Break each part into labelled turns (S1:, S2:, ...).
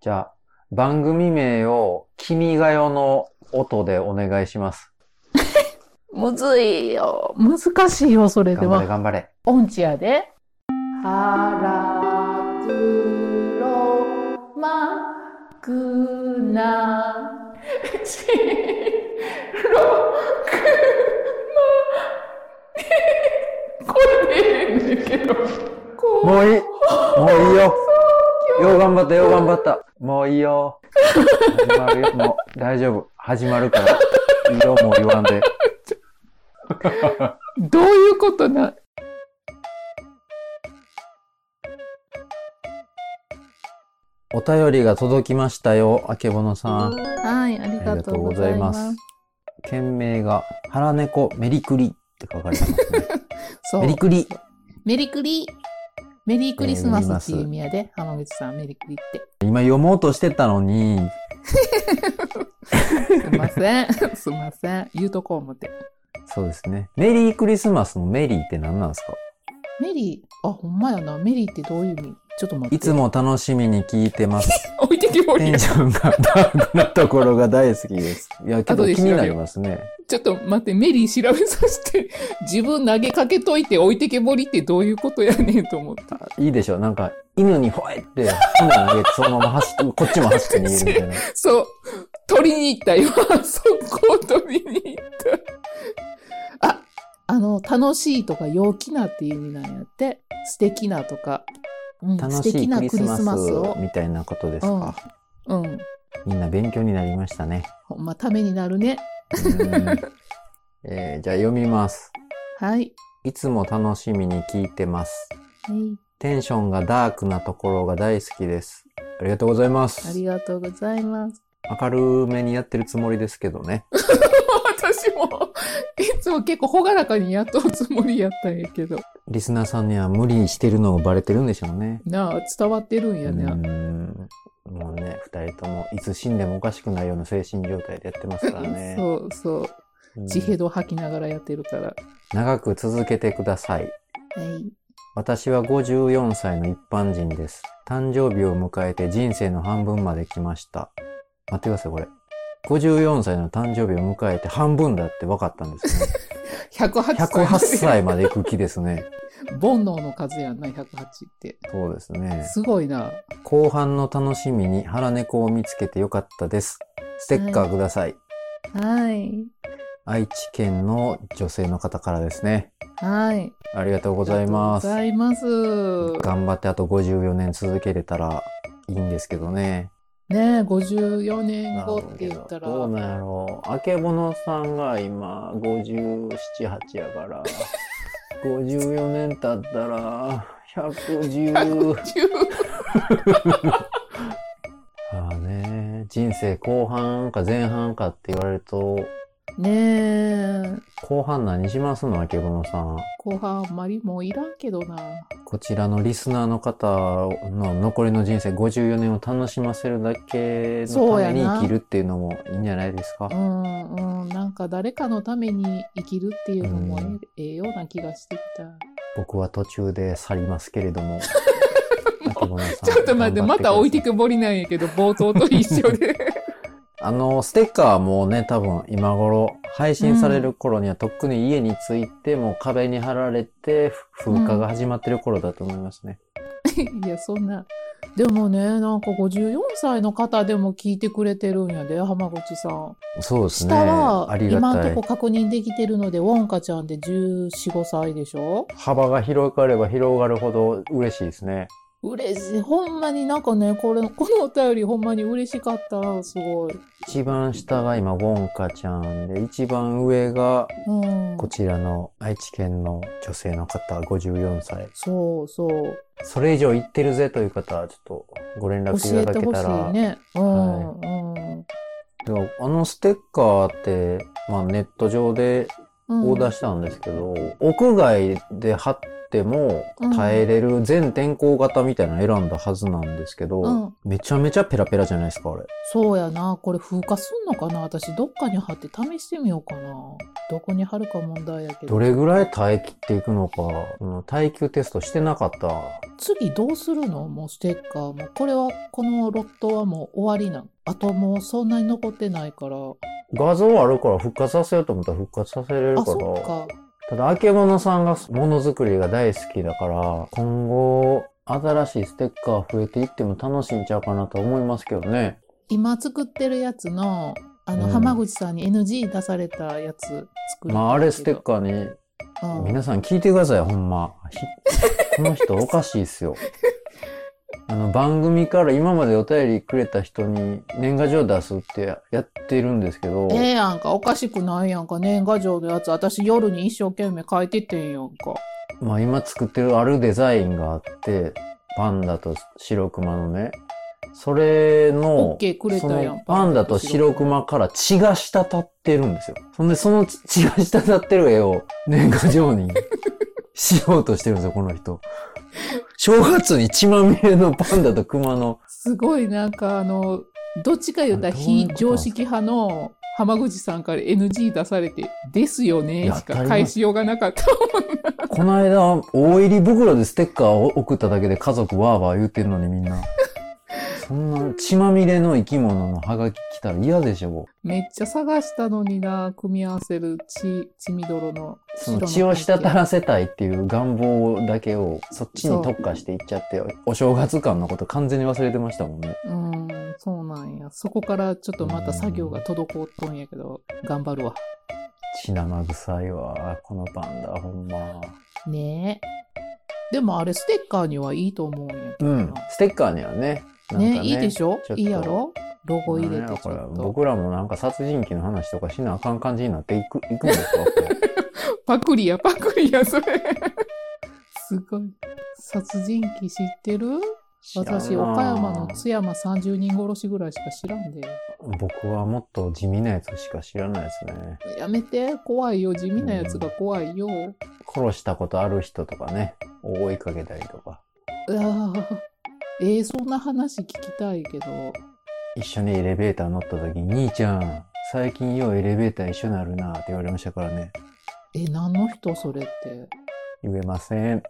S1: じゃあ、番組名を君が代の音でお願いします。
S2: むずいよ。難しいよ、それで
S1: 頑張れ
S2: は。
S1: 頑張れ。
S2: オンチやで。腹黒まく な白くまこれでええねんけど。こう
S1: もういいもういいよよう頑張ったよう頑張ったもういいよ始まるよもう大丈夫始まるから。いいよもう言わんで。
S2: どういうことな
S1: お便りが届きましたよ、あけぼのさん。
S2: はい、あり
S1: ありがとうございます。件名が、腹猫メリクリって書かれてますね。
S2: そう
S1: メリクリ。
S2: メリクリ。メリークリスマスっていう意味やで、浜口さん、メリクリって。
S1: 今読もうとしてたのに、
S2: すいません。 すいません。言うとこ思って。
S1: そうですね。メリークリスマスのメリーって何なんですか
S2: メリー、あ、ほんまやな。メリーってどういう意味ちょっと待って。
S1: いつ。も楽しみに聞いてます。
S2: 置いてきぼ
S1: テ
S2: り
S1: ン。ションがダークなところが大好きです。いや、結構
S2: 後で
S1: 気
S2: 調べ
S1: に
S2: よう
S1: なりますね。
S2: ちょっと待って、メリー調べさせて、自分投げかけといて置いてけぼりってどういうことやねんと思った。
S1: いいでしょなんか、犬に吠えって、犬投げて、そのまま走って、こっちも走って逃げるみたいな。
S2: そう、取りに行ったよ。 速攻取りに行った。あ、あの、楽しいとか陽気なっていう意味なんやって。素敵なとか。うん、素
S1: 楽し
S2: 敵
S1: い
S2: な
S1: ク
S2: ク
S1: リ
S2: リ
S1: ス
S2: ス
S1: マス
S2: マスを。
S1: みたいなことです
S2: うん
S1: か。。
S2: うん。
S1: みんな勉強になりましたね。
S2: ほんま、ためになるね。
S1: うんえーじゃあ読みます。
S2: はい。
S1: いつも楽しみに聞いてます。
S2: はい
S1: テンションがダークなところが大好きです。ありがとうございま
S2: あ
S1: す
S2: り。がとうございます。
S1: 明るめにやってるつもりですけどね。
S2: 私も、いつも結構朗らかにやっとうつもりやったんやけど。
S1: リスナーさんには無理してるのがバレてるんでしょうね。
S2: なあ、伝わってるん
S1: う
S2: やね。
S1: ん。もうね、二人ともいつ死んでもおかしくないような精神状態でやってますからね。
S2: そうそう。
S1: うん
S2: 地平道吐きながらやってるから。
S1: 長く続けてください。
S2: はい。
S1: 私は54歳の一般人です。誕生日を迎えて人生の半分まで来ました。待ってください、これ。54歳の誕生日を迎えて半分だって分かったんです ね。
S2: 108歳。
S1: 108歳まで行く気ですね。
S2: 煩悩の数やんな、108って。
S1: そうですね。
S2: すごいな。
S1: 後半の楽しみに腹猫を見つけてよかったです。ステッカーください。
S2: はい。
S1: 愛知県の女性の方からですね。
S2: はい。
S1: ありがとうございます
S2: ご。ざいます。
S1: 頑張ってあと54年続けれたらいいんですけどね。
S2: ねえ、54年
S1: な
S2: 後
S1: る
S2: って言ったら。
S1: どうなんやろう。あけぼのさんが今57、8やから、54年経ったら、110。ああね、人生後半か前半かって言われると、
S2: ねえ、
S1: 後半何しますのあけぼのさん。
S2: 後半あんまりもういらんけどな。
S1: こちらのリスナーの方の残りの人生54年を楽しませるだけの
S2: そう
S1: た
S2: や
S1: めに
S2: な
S1: 生きるっていうのもいいんじゃないですか
S2: う。んうん、なんか誰かのために生きるっていうのもええ,、ような気がしてきた。
S1: 僕は途中で去りますけれど も。
S2: ちょっと待って、また置いて
S1: く。
S2: くぼりなんやけど、冒頭と一緒で。
S1: あの、ステッカーもね、多分今頃、配信される頃にはとっくに家に着いて、もう壁に貼られて、ふ風化が始まってる頃だと思いますね。
S2: いや、そんな。でもね、なんか54歳の方でも聞いてくれてるんやで、浜口さん。
S1: そうですね。
S2: 下は、
S1: ありが
S2: 今ん
S1: た
S2: と
S1: い
S2: こ。確認できてるので、ウォンカちゃんで14、5歳でしょ
S1: 幅が広がれば広がるほど嬉しいですね。
S2: 嬉しい。ほんまになんかね、これ、このお便りほんまに嬉しかった。すごい。
S1: 一番下が今、ウォンカちゃんで、一番上が、
S2: うん。
S1: こちらの愛知県の女性の方、54歳。
S2: そうそう。
S1: それ以上言ってるぜという方は、ちょっとご連絡
S2: 教
S1: い
S2: え
S1: た
S2: て
S1: だけ
S2: ほ
S1: た
S2: し
S1: ら。
S2: いね。うん、うん。
S1: でもあのステッカーって、まあ、ネット上で
S2: うん
S1: オーダーしたんですけど、屋外で貼ってても
S2: うん
S1: 耐えれる全天候型みたいなの選んだはずなんですけど、
S2: うん
S1: めちゃめちゃペラペラじゃないですか、あれ。
S2: そうやな。これ風化すんのかな私、どっかに貼って試してみようかな。どこに貼るか問題やけど。
S1: どれぐらい耐えきっていくのか、この耐久テストしてなかった。
S2: 次どうするのもうステッカーも。これは、このロットはもう終わりなん。あともうそんなに残ってないから。
S1: 画像あるから復活させようと思ったら復活させれる
S2: あ、
S1: か
S2: そ
S1: ら。
S2: っか。
S1: ただ、あけぼのさんがものづくりが大好きだから、今後、新しいステッカー増えていっても楽しいんちゃうかなと思いますけどね。
S2: 今作ってるやつの、あの、
S1: うん
S2: 浜口さんに NG 出されたやつ作る。
S1: まあ、あれステッカーに、
S2: カー
S1: 皆さん聞いてください、ほんま。ひこの人おかしいっす よ。あの、番組から今までお便りくれた人に年賀状出すってやってるんですけど、
S2: ええやんか、おかしくないやんか、年賀状のやつ、私夜に一生懸命書いててんやんか。
S1: まあ今作ってるあるデザインがあって、パンダと白熊のね、それの、
S2: OK くれた
S1: そ
S2: や
S1: の
S2: ん。
S1: パンダと白熊から血が滴ってるんですよ。そんでその血が滴ってる絵を年賀状 にしようとしてるんですよ、この人。正月に血まみれのパンダと熊の、
S2: すごいなんかあの、どっちか言うたら
S1: どういう
S2: 非
S1: こと
S2: 常識派の浜口さんから NG 出されて、ですよね、し
S1: いや当た
S2: か
S1: り前
S2: 返しようがなかった。
S1: この間大入り袋でステッカーを送っただけで家族わーわー言ってんのにみんな。そんな血まみれの生き物のハガキ来たら嫌でしょ。
S2: めっちゃ探したのにな、組み合わせる血、血みどろの
S1: そ
S2: 白
S1: の
S2: の
S1: 血を滴らせたいっていう願望だけをそっちに特化していっちゃって、お正月感のこと完全に忘れてましたもんね。
S2: うーん、そうなんや。そこからちょっとまた作業が滞っとんやけど、頑張るわ。
S1: 血生臭いわ、このパンダ、ほんま。
S2: ねえ。でもあれ、ステッカーにはいいと思うんやけ
S1: う
S2: どな。
S1: ん。ステッカーにはね、なんか
S2: ね
S1: ね。
S2: いいでしょ
S1: ちょっと
S2: いいやろロゴ入れて
S1: なんや
S2: ち
S1: こ
S2: ょ
S1: れ
S2: っと。
S1: 僕らもなんか殺人鬼の話とかしなあかん感じになっていく、いくんですかこれ
S2: パクリや、パクリや、それ。すごい。殺人鬼知ってる
S1: 知らんな
S2: 私、岡山の津山30人殺しぐらいしか知らんで。
S1: 僕はもっと地味なやつしか知らないですね。
S2: やめて、怖いよ、地味なやつが怖いよ。
S1: 殺したことある人とかね、追いかけたりとか、
S2: うわぁえー、そんな話聞きたいけど。
S1: 一緒にエレベーター乗った時に、兄ちゃん、最近ようエレベーター一緒になるなって言われましたからね、
S2: え、何の人それって。
S1: 言えません。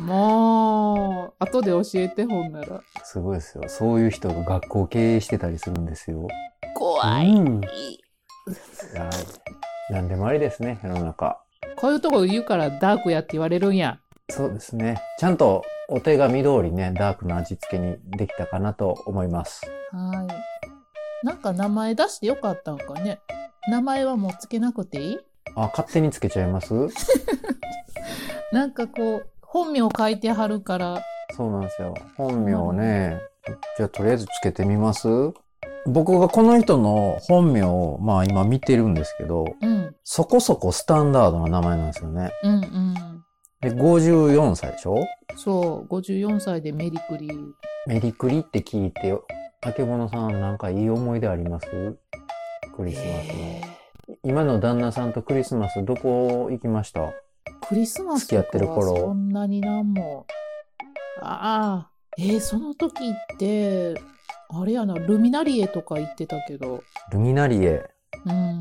S2: もう、後で教えて、ほんなら。
S1: すごいですよ。そういう人が学校経営してたりするんですよ。
S2: 怖い。
S1: うんはい。なんでもありですね、世の中。
S2: こういうとこ言うからダークやって言われるんや。
S1: そうですね。ちゃんとお手紙通りね、ダークな味付けにできたかなと思います。
S2: はい。なんか名前出してよかったんかね。名前はもうつけなくていい
S1: あ、勝手につけちゃいます
S2: なんかこう、本名書いてはるから、
S1: そうなんですよ。本名をね、じゃあとりあえずつけてみます僕がこの人の本名を、まあ今見てるんですけど、
S2: うん、
S1: そこそこスタンダードな名前なんですよね。
S2: うん、うん。
S1: で、54歳でしょ
S2: そう、54歳でメリクリ。
S1: メリクリって聞いてよ、あけぼのさんなんかいい思い出ありますクリスマスの
S2: え。
S1: 今の旦那さんとクリスマスどこ行きました
S2: ークリスマス
S1: 付
S2: と
S1: き合って
S2: か
S1: る
S2: は
S1: 頃
S2: そんなになんも。ああ、えー、その時って、あれやな、ルミナリエとか行ってたけど、
S1: ルミナリエ。
S2: うん、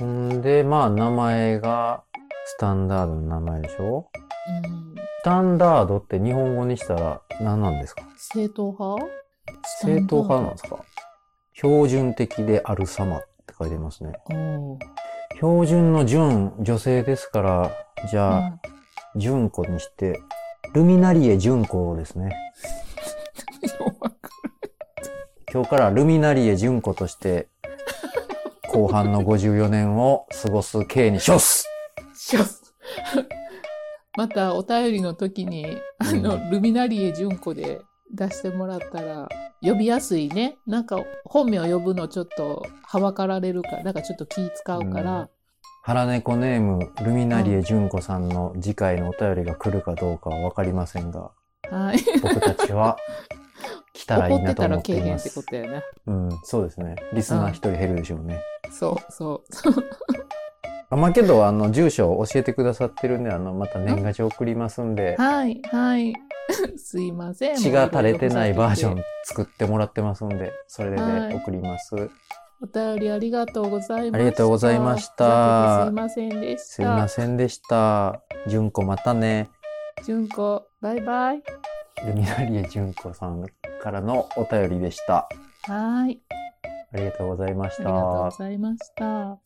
S1: ほんで、まあ名前がスタンダードの名前でしょ
S2: うん、
S1: スタンダードって日本語にしたら何なんですか
S2: 正統派
S1: 正統派なんですか標準的である様って書いてますね。
S2: おー
S1: 標準の純、女性ですから、じ
S2: う
S1: ゃあ、
S2: ん
S1: 純子にして、ルミナリエ純子ですね。今日からルミナリエ純子と して、後半の54年を過ごす刑に処す
S2: しょまたお便りの時に、あの、
S1: うん
S2: ルミナリエ純子で出してもらったら、呼びやすいね。なんか、本名呼ぶのちょっと、はばかられるから、なんかちょっと気使うから、
S1: うん腹猫ネーム、ルミナリエ純子さんの次回のお便りが来るかどうかはわかりませんが、
S2: はい。
S1: 僕たちは来たらい
S2: 怒
S1: い
S2: って
S1: なと
S2: た
S1: 思
S2: ら
S1: って
S2: 軽
S1: い
S2: 減
S1: ま
S2: って
S1: す
S2: こ。とやな。
S1: うん、そうですね。リスナー一人減るでしょうね。
S2: そう、そう。
S1: あまあけど、あの、住所を教えてくださってるんで、あの、また年賀状送りますんで、
S2: はい、はい。 すいません。
S1: 血が垂れてないバージョ
S2: もう
S1: ン作ってもらってますんで、それで
S2: はい
S1: 送ります。
S2: いろいろ。お便りありがとうございました。
S1: ありがとうございました
S2: すいませんでした。
S1: すいませんでした。純子またね。
S2: 純子、バイバイ。
S1: ルミナリエ純子さんからのお便りでした。
S2: はい。
S1: ありがとうございま
S2: あ
S1: し
S2: りがとう
S1: た
S2: ご。ざいました。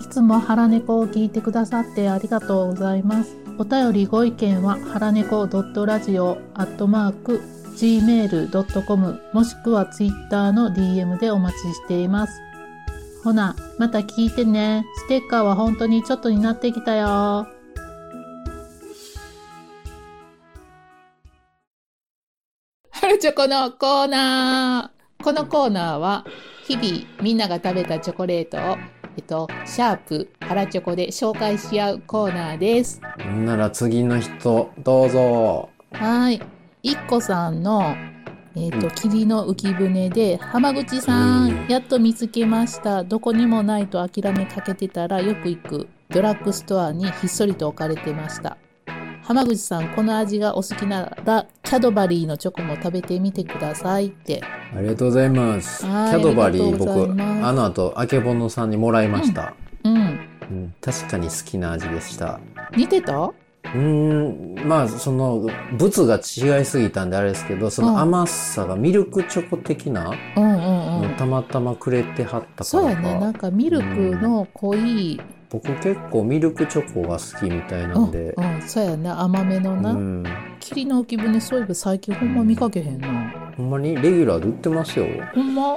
S2: いつも腹猫を聞いてくださってありがとうございます。お便りご意見は腹猫ドットラジオアットマーク gmail.com もしくはツイッターの DM でお待ちしています。ほな、また聞いてね。ステッカーは本当にちょっとになってきたよ。ハルチョコのコーナーこのコーナーは日々みんなが食べたチョコレートをえっとシャープハラチョコで紹介し合うコーナーです
S1: んなら次の人、どうぞ。
S2: はいいっこさんのえっと、
S1: うん
S2: 霧の浮き船で、浜口さ
S1: うん
S2: ん、やっと見つけました。どこにもないと諦めかけてたらよく行くドラッグストアにひっそりと置かれてました。浜口さん、この味がお好きなら、キャドバリーのチョコも食べてみてくださいって。
S1: ありがとうございます。キ
S2: はい
S1: ャドバリ
S2: あり
S1: ー、
S2: がとう
S1: 僕
S2: ござい、ます
S1: あの後、あけぼのさんにもらいました。
S2: うん。
S1: うん、確かに好きな味でした。
S2: 似てた
S1: うーん、まあ、その、ブツが違いすぎたんであれですけど、そ
S2: うん
S1: の甘さがミルクチョコ的な
S2: うんうんう
S1: の
S2: ん。
S1: たまたまくれてはったか
S2: そう
S1: ら
S2: やね。な
S1: か
S2: ん、かミルクの濃い、
S1: 僕結構ミルクチョコが好きみたいな
S2: うん
S1: んで、
S2: うん、そうやね。甘めの
S1: う
S2: な。
S1: ん、
S2: 霧の浮き船、そういえば最近ほんま見かけへんな。
S1: ほんまにレギュラーで売ってますよ。
S2: ほんま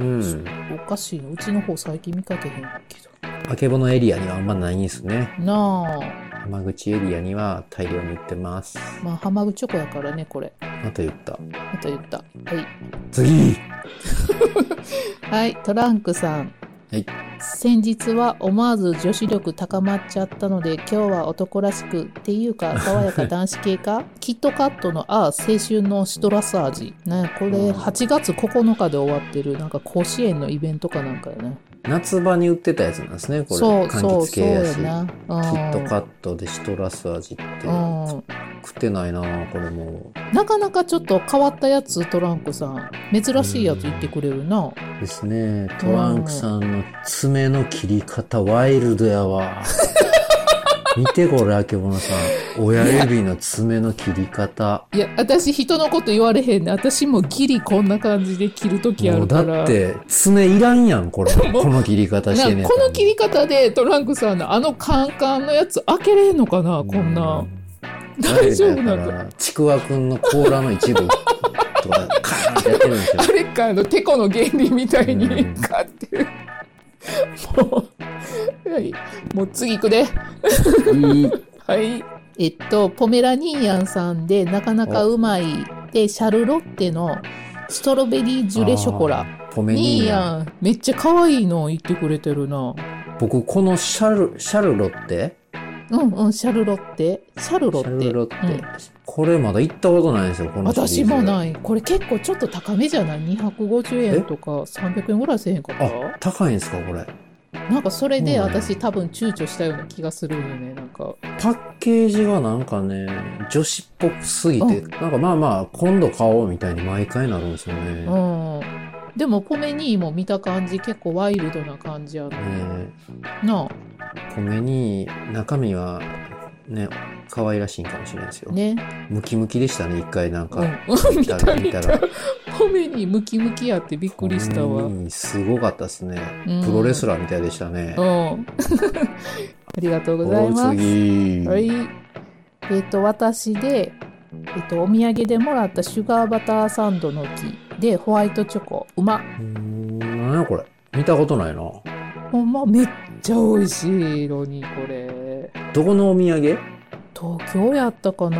S1: うん。
S2: おかしいな。うちの方最近見かけへんけど。
S1: あけぼのエリアにはあんまないんですね。
S2: なあ。
S1: 浜口エリアには大量に売ってます。
S2: まあ、ハマグチョコやからね、これ。
S1: また言った。
S2: また言った。はい。
S1: 次
S2: はい、トランクさん。
S1: はい
S2: 先日は思わず女子力高まっちゃったので、今日は男らしくっていうか、爽やか男子系 かキットカットのああ、青春のシトラス味。ね、これ、8月9日で終わってる、なんか甲子園のイベントかなんかよね。
S1: 夏場に売ってたやつなんですね、これ。
S2: そう
S1: 柑
S2: そう
S1: 橘
S2: そ
S1: 系
S2: う
S1: や
S2: や
S1: し。キ
S2: な。キ
S1: ットカットでシトラス味って
S2: うん。
S1: 食ってないなこれも。
S2: なかなかちょっと変わったやつ、トランクさん。珍しいやつ言ってくれるな。
S1: ですね。トランクさんの爪の切り方ワイルドやわ。 見てこれ、あけぼのさん。親指の爪の切り方。
S2: いや、私人のこと言われへんね。私もギリこんな感じで切るときあ
S1: も
S2: る
S1: う
S2: か
S1: だ
S2: ら。
S1: って、爪いらんやん、これ。
S2: もう
S1: この切り方してね。
S2: なこの切り方でトランクさんのあのカンカンのやつ開けれんのかなこんな。大丈夫な
S1: だか
S2: の
S1: らちくわくんの甲羅の一部とか、カーンってやってるんです よ
S2: あ。れか、あの、テコの原理みたい
S1: う
S2: に
S1: ん
S2: 買ってる。 もう、はい。もう次行くで。
S1: いい。
S2: はい。えっと、ポメラニーヤンさんでなかなかうまい。で、シャルロッテのストロベリージュレショコ
S1: あ
S2: ラ。
S1: ー。ポメ
S2: ニ
S1: ニ
S2: ー
S1: ー
S2: ヤ
S1: ヤン。
S2: ン、めっちゃ可愛いの言ってくれてるな。
S1: 僕、このシャル、シャルロって
S2: うんうん、シャルロッテ。シャルロ
S1: シ
S2: ッテ。
S1: ャルロって、
S2: うん
S1: これまだ行ったことないんですよ、このシリーズ
S2: 私もない。これ結構ちょっと高めじゃない ?250 円とか300円ぐらいせえへんかった
S1: あ、高いんですか、これ。
S2: なんかそれで
S1: そうなんや
S2: 私多分躊躇したような気がするよね。なんか。
S1: パッケージがなんかね、女子っぽくすぎて、なんかまあまあ、今度買おうみたいに毎回なるんですよね。ね
S2: うん。でもポメニーも見た感じ結構ワイルドな感じやな。
S1: え
S2: な
S1: ポメニー、中身は、ね、可愛らしいんかもしれないです
S2: あ
S1: よ。
S2: ね。
S1: ムキムキでしたね、一回なんか。
S2: うん。 見た見
S1: 見
S2: た
S1: たら。
S2: ポメニームキムキやってびっくりしたわ。
S1: ポメニーすごかったですね。
S2: うん
S1: プロレスラーみたいでしたね。
S2: うん。 ありがとうございま
S1: お
S2: す。
S1: 次。
S2: はい。えっ、と、私で、えっ、と、お土産でもらったシュガーバターサンドの木で、ホワイトチョコ、うま。
S1: うーん、なんやこれ。見たことないな。ど
S2: ほんま、めっちゃ美味しいのに、これ。
S1: このお土産
S2: 東京やったかな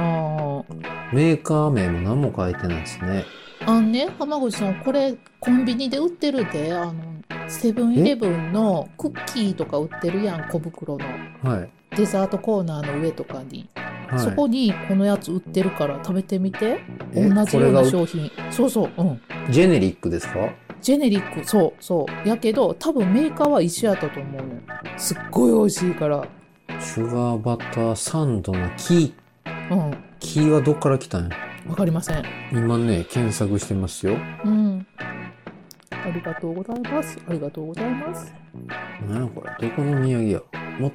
S1: メーカー名も何も書いてないですね。
S2: あのね、浜口さん、これ、コンビニで売ってるで、あの、セブンイレブンのクッキーとか売ってるやん、小袋の。
S1: はい。
S2: デザートコーナーの上とかに。
S1: はい
S2: そこにこのやつ売ってるから食べてみて同
S1: え
S2: じ
S1: こ
S2: よ
S1: れ
S2: う
S1: が
S2: な
S1: う
S2: 商品そうそううん
S1: ジェネリックですか
S2: ジェネリックそうそうやけど多分メーカーは一緒やったと思うねすっごい美味しいから
S1: シュガーバターサンドの木。
S2: うん
S1: 木はどっから来たんや
S2: わかりません
S1: 今ね、検索してますよ。
S2: うんありがとうございますありがとうございます
S1: 何やこれどこの土産や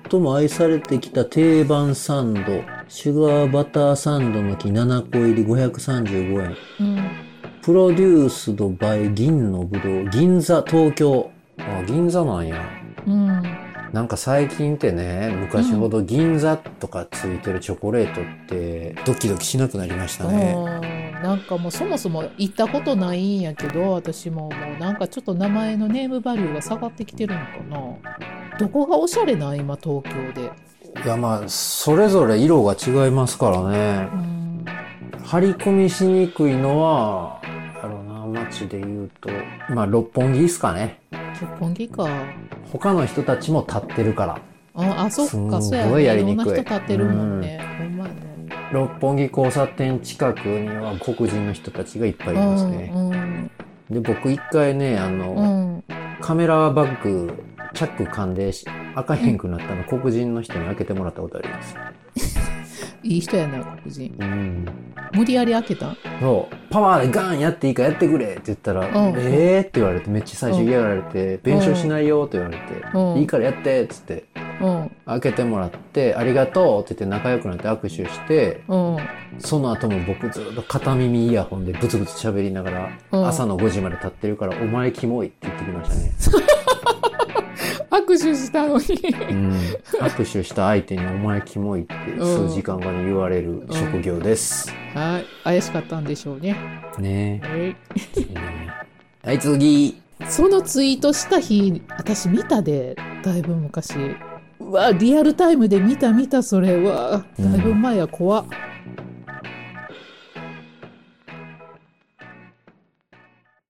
S1: 最も愛されてきた定番サンド、シュガーバターサンドの木7個入り535円。
S2: うん
S1: プロデュースドバイ銀のぶどう、銀座東京。あ、銀座なんや。
S2: うん
S1: なんか最近ってね、昔ほど銀座とかついてるチョコレートってドキドキしなくなりましたね。
S2: うんなんかもうそもそも行ったことないんやけど私ももうなんかちょっと名前のネームバリューが下がってきてるのかなどこがおしゃれなん今東京で
S1: いやまあ、それぞれ色が違いますからね。
S2: うん
S1: 張り込みしにくいのは、やろうな、街で言うと、まあ、六本木ですかね。
S2: 六本木か
S1: 他の人たちも立ってるから。
S2: ああそっ
S1: すん
S2: かそうや
S1: ごいや
S2: ね
S1: り
S2: い
S1: に
S2: ろん
S1: くい
S2: な人立ってるもんねほんまやね
S1: 六本木交差点近くには黒人の人たちがいっぱいいますね。
S2: うん
S1: で、僕一回ね、あ
S2: う
S1: の、
S2: んうん
S1: カメラバッグ、チャック噛んでし、開かへんくなったの黒人の人に開けてもらったことあります。
S2: いい人やな黒人
S1: うん。
S2: 無理やり開けたん
S1: そう、パワーでガンやっていいからやってくれって言ったら、
S2: うん
S1: ええーって言われて、めっちゃ最初嫌がられて、弁償しないよって言われて、
S2: うん
S1: いいからやってっつって、
S2: うん
S1: 開けてもらって、ありがとうって言って仲良くなって握手して、
S2: うん
S1: その後も僕ずっと片耳イヤホンでブツブツ喋りながら、
S2: うん
S1: 朝の5時まで立ってるから、お前キモいって言ってきましたね。
S2: 握手したのに
S1: うん、握手した相手にお前キモいって数時間後に言われる職業です。
S2: はい怪しかったんでしょうね
S1: ね
S2: はい
S1: え。ねえはい、次。
S2: そのツイートした日、私見たで、だいぶ昔。うわ、リアルタイムで見た見た、それ。うわ、だいぶ前や、怖っ。